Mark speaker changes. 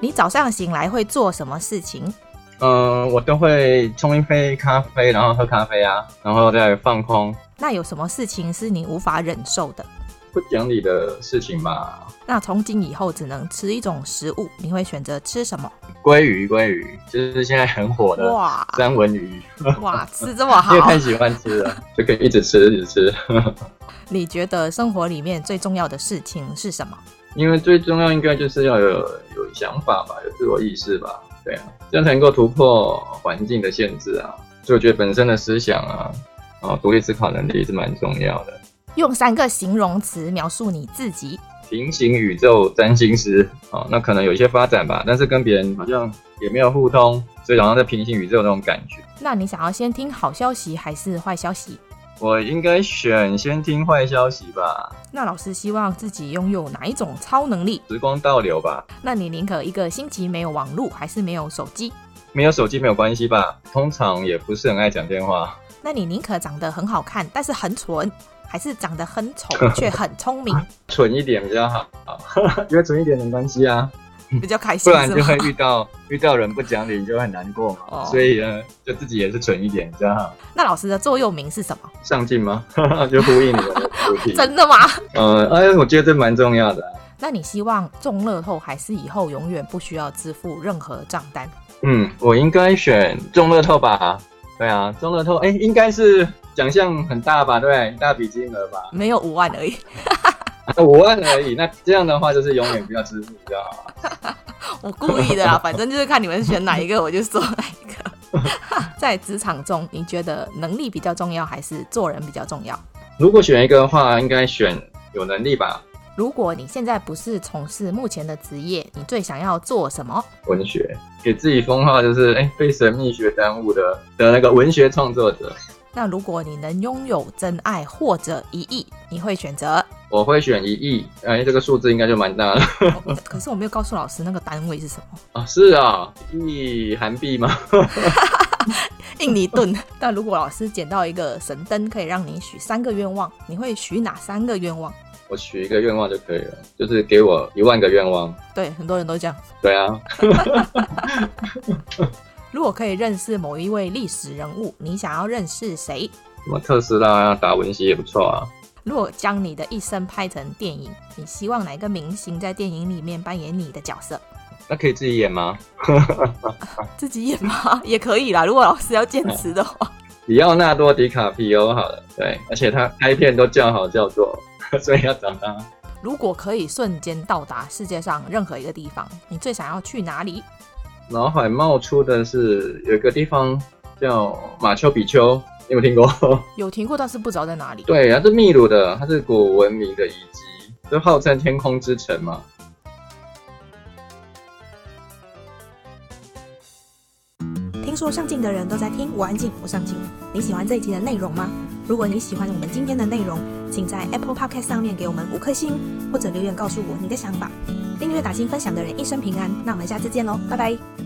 Speaker 1: 你早上醒来会做什么事情？
Speaker 2: 嗯，我都会冲一杯咖啡，然后喝咖啡啊，然后再放空。
Speaker 1: 那有什么事情是你无法忍受的？
Speaker 2: 不讲理的事情吧，
Speaker 1: 那从今以后只能吃一种食物，你会选择吃什么？
Speaker 2: 鲑鱼，鲑鱼就是现在很火的
Speaker 1: 哇
Speaker 2: 三文鱼，
Speaker 1: 哇，吃这么好
Speaker 2: 因为！太喜欢吃了，就可以一直吃，一直吃。
Speaker 1: 你觉得生活里面最重要的事情是什么？
Speaker 2: 因为最重要应该就是要有有想法吧，有自我意识吧，对啊，这样才能够突破环境的限制啊。所以我觉得本身的思想啊，啊，独立思考能力是蛮重要的。
Speaker 1: 用三个形容词描述你自己。
Speaker 2: 平行宇宙占星师啊，那可能有一些发展吧，但是跟别人好像也没有互通，所以好像在平行宇宙那种感觉。
Speaker 1: 那你想要先听好消息还是坏消息？
Speaker 2: 我应该选先听坏消息吧，
Speaker 1: 那老师希望自己拥有哪一种超能力？
Speaker 2: 时光倒流吧，
Speaker 1: 那你宁可一个星期没有网络，还是没有手机？
Speaker 2: 没有手机没有关系吧，通常也不是很爱讲电话。
Speaker 1: 那你宁可长得很好看，但是很蠢，还是长得很 丑却很聪明，
Speaker 2: 蠢一点比较好，因为蠢一点没关系啊，
Speaker 1: 比较开
Speaker 2: 不
Speaker 1: 心
Speaker 2: 然
Speaker 1: 是
Speaker 2: 就
Speaker 1: 吗？
Speaker 2: 会遇到遇到人不讲理，你就会很难过嘛。
Speaker 1: 哦
Speaker 2: 所以呢，就自己也是蠢一点比较好。
Speaker 1: 那老师的座右铭是什么？
Speaker 2: 上进吗？ 就呼应你们的主题。
Speaker 1: 真的吗？
Speaker 2: 呃，哎，我觉得这蛮重要的啊、
Speaker 1: 那你希望中乐透还是以后永远不需要支付任何账单？
Speaker 2: 嗯，我应该选中乐透吧？对啊，中乐透，哎、应该是奖项很大吧？对，一大笔金额吧，
Speaker 1: 没有五万而已，
Speaker 2: 啊五万而已。那这样的话，就是永远不要支付，比较好啊。
Speaker 1: 我故意 的啦，啊反正就是看你们选哪一个，我就说哪一个。 在职场中，你觉得能力比较重要还是做人比较重要？
Speaker 2: 如果选一个的话，应该选有能力吧，
Speaker 1: 如果你现在不是从事目前的职业，你最想要做什么？
Speaker 2: 文学，给自己封号就是哎、被神秘学耽误的的那个文学创作者。
Speaker 1: 那如果你能拥有真爱或者一亿，你会选择？
Speaker 2: 我会选一亿，哎、这个数字应该就蛮大了
Speaker 1: 哦可是我没有告诉老师那个单位是什么。
Speaker 2: 啊。是啊，一亿韩币吗？
Speaker 1: 印尼盾。 那如果老师捡到一个神灯，可以让你许三个愿望，你会许哪三个愿望？
Speaker 2: 我许一个愿望就可以了，就是给我一万个愿望。
Speaker 1: 对，很多人都这样。
Speaker 2: 对啊，
Speaker 1: 如果可以认识某一位历史人物，你想要认识谁？
Speaker 2: 什么特斯拉啊、达文西也不错啊。
Speaker 1: 如果将你的一生拍成电影，你希望哪个明星在电影里面扮演你的角色？
Speaker 2: 那可以自己演吗？
Speaker 1: 自己演吗？ 也可以啦。如果老师要坚持的话，
Speaker 2: 里奥纳多·迪卡皮欧好了，对，而且他拍片都叫好叫座， 所以要找他。
Speaker 1: 如果可以瞬间到达世界上任何一个地方，你最想要去哪里？
Speaker 2: 脑海冒出的是有一个地方叫马丘比丘，你有没有听过？
Speaker 1: 有听过，但是不知道在哪里。
Speaker 2: 对，它是秘鲁的，它是古文明的遗迹，就号称天空之城嘛。
Speaker 3: 听说上镜的人都在听，我安静，我上镜。你喜欢这一集的内容吗？如果你喜欢我们今天的内容，请在 Apple Podcast 上面给我们五颗星，或者留言告诉我你的想法。订阅、打新、分享的人一生平安。那我们下次见喽，拜拜。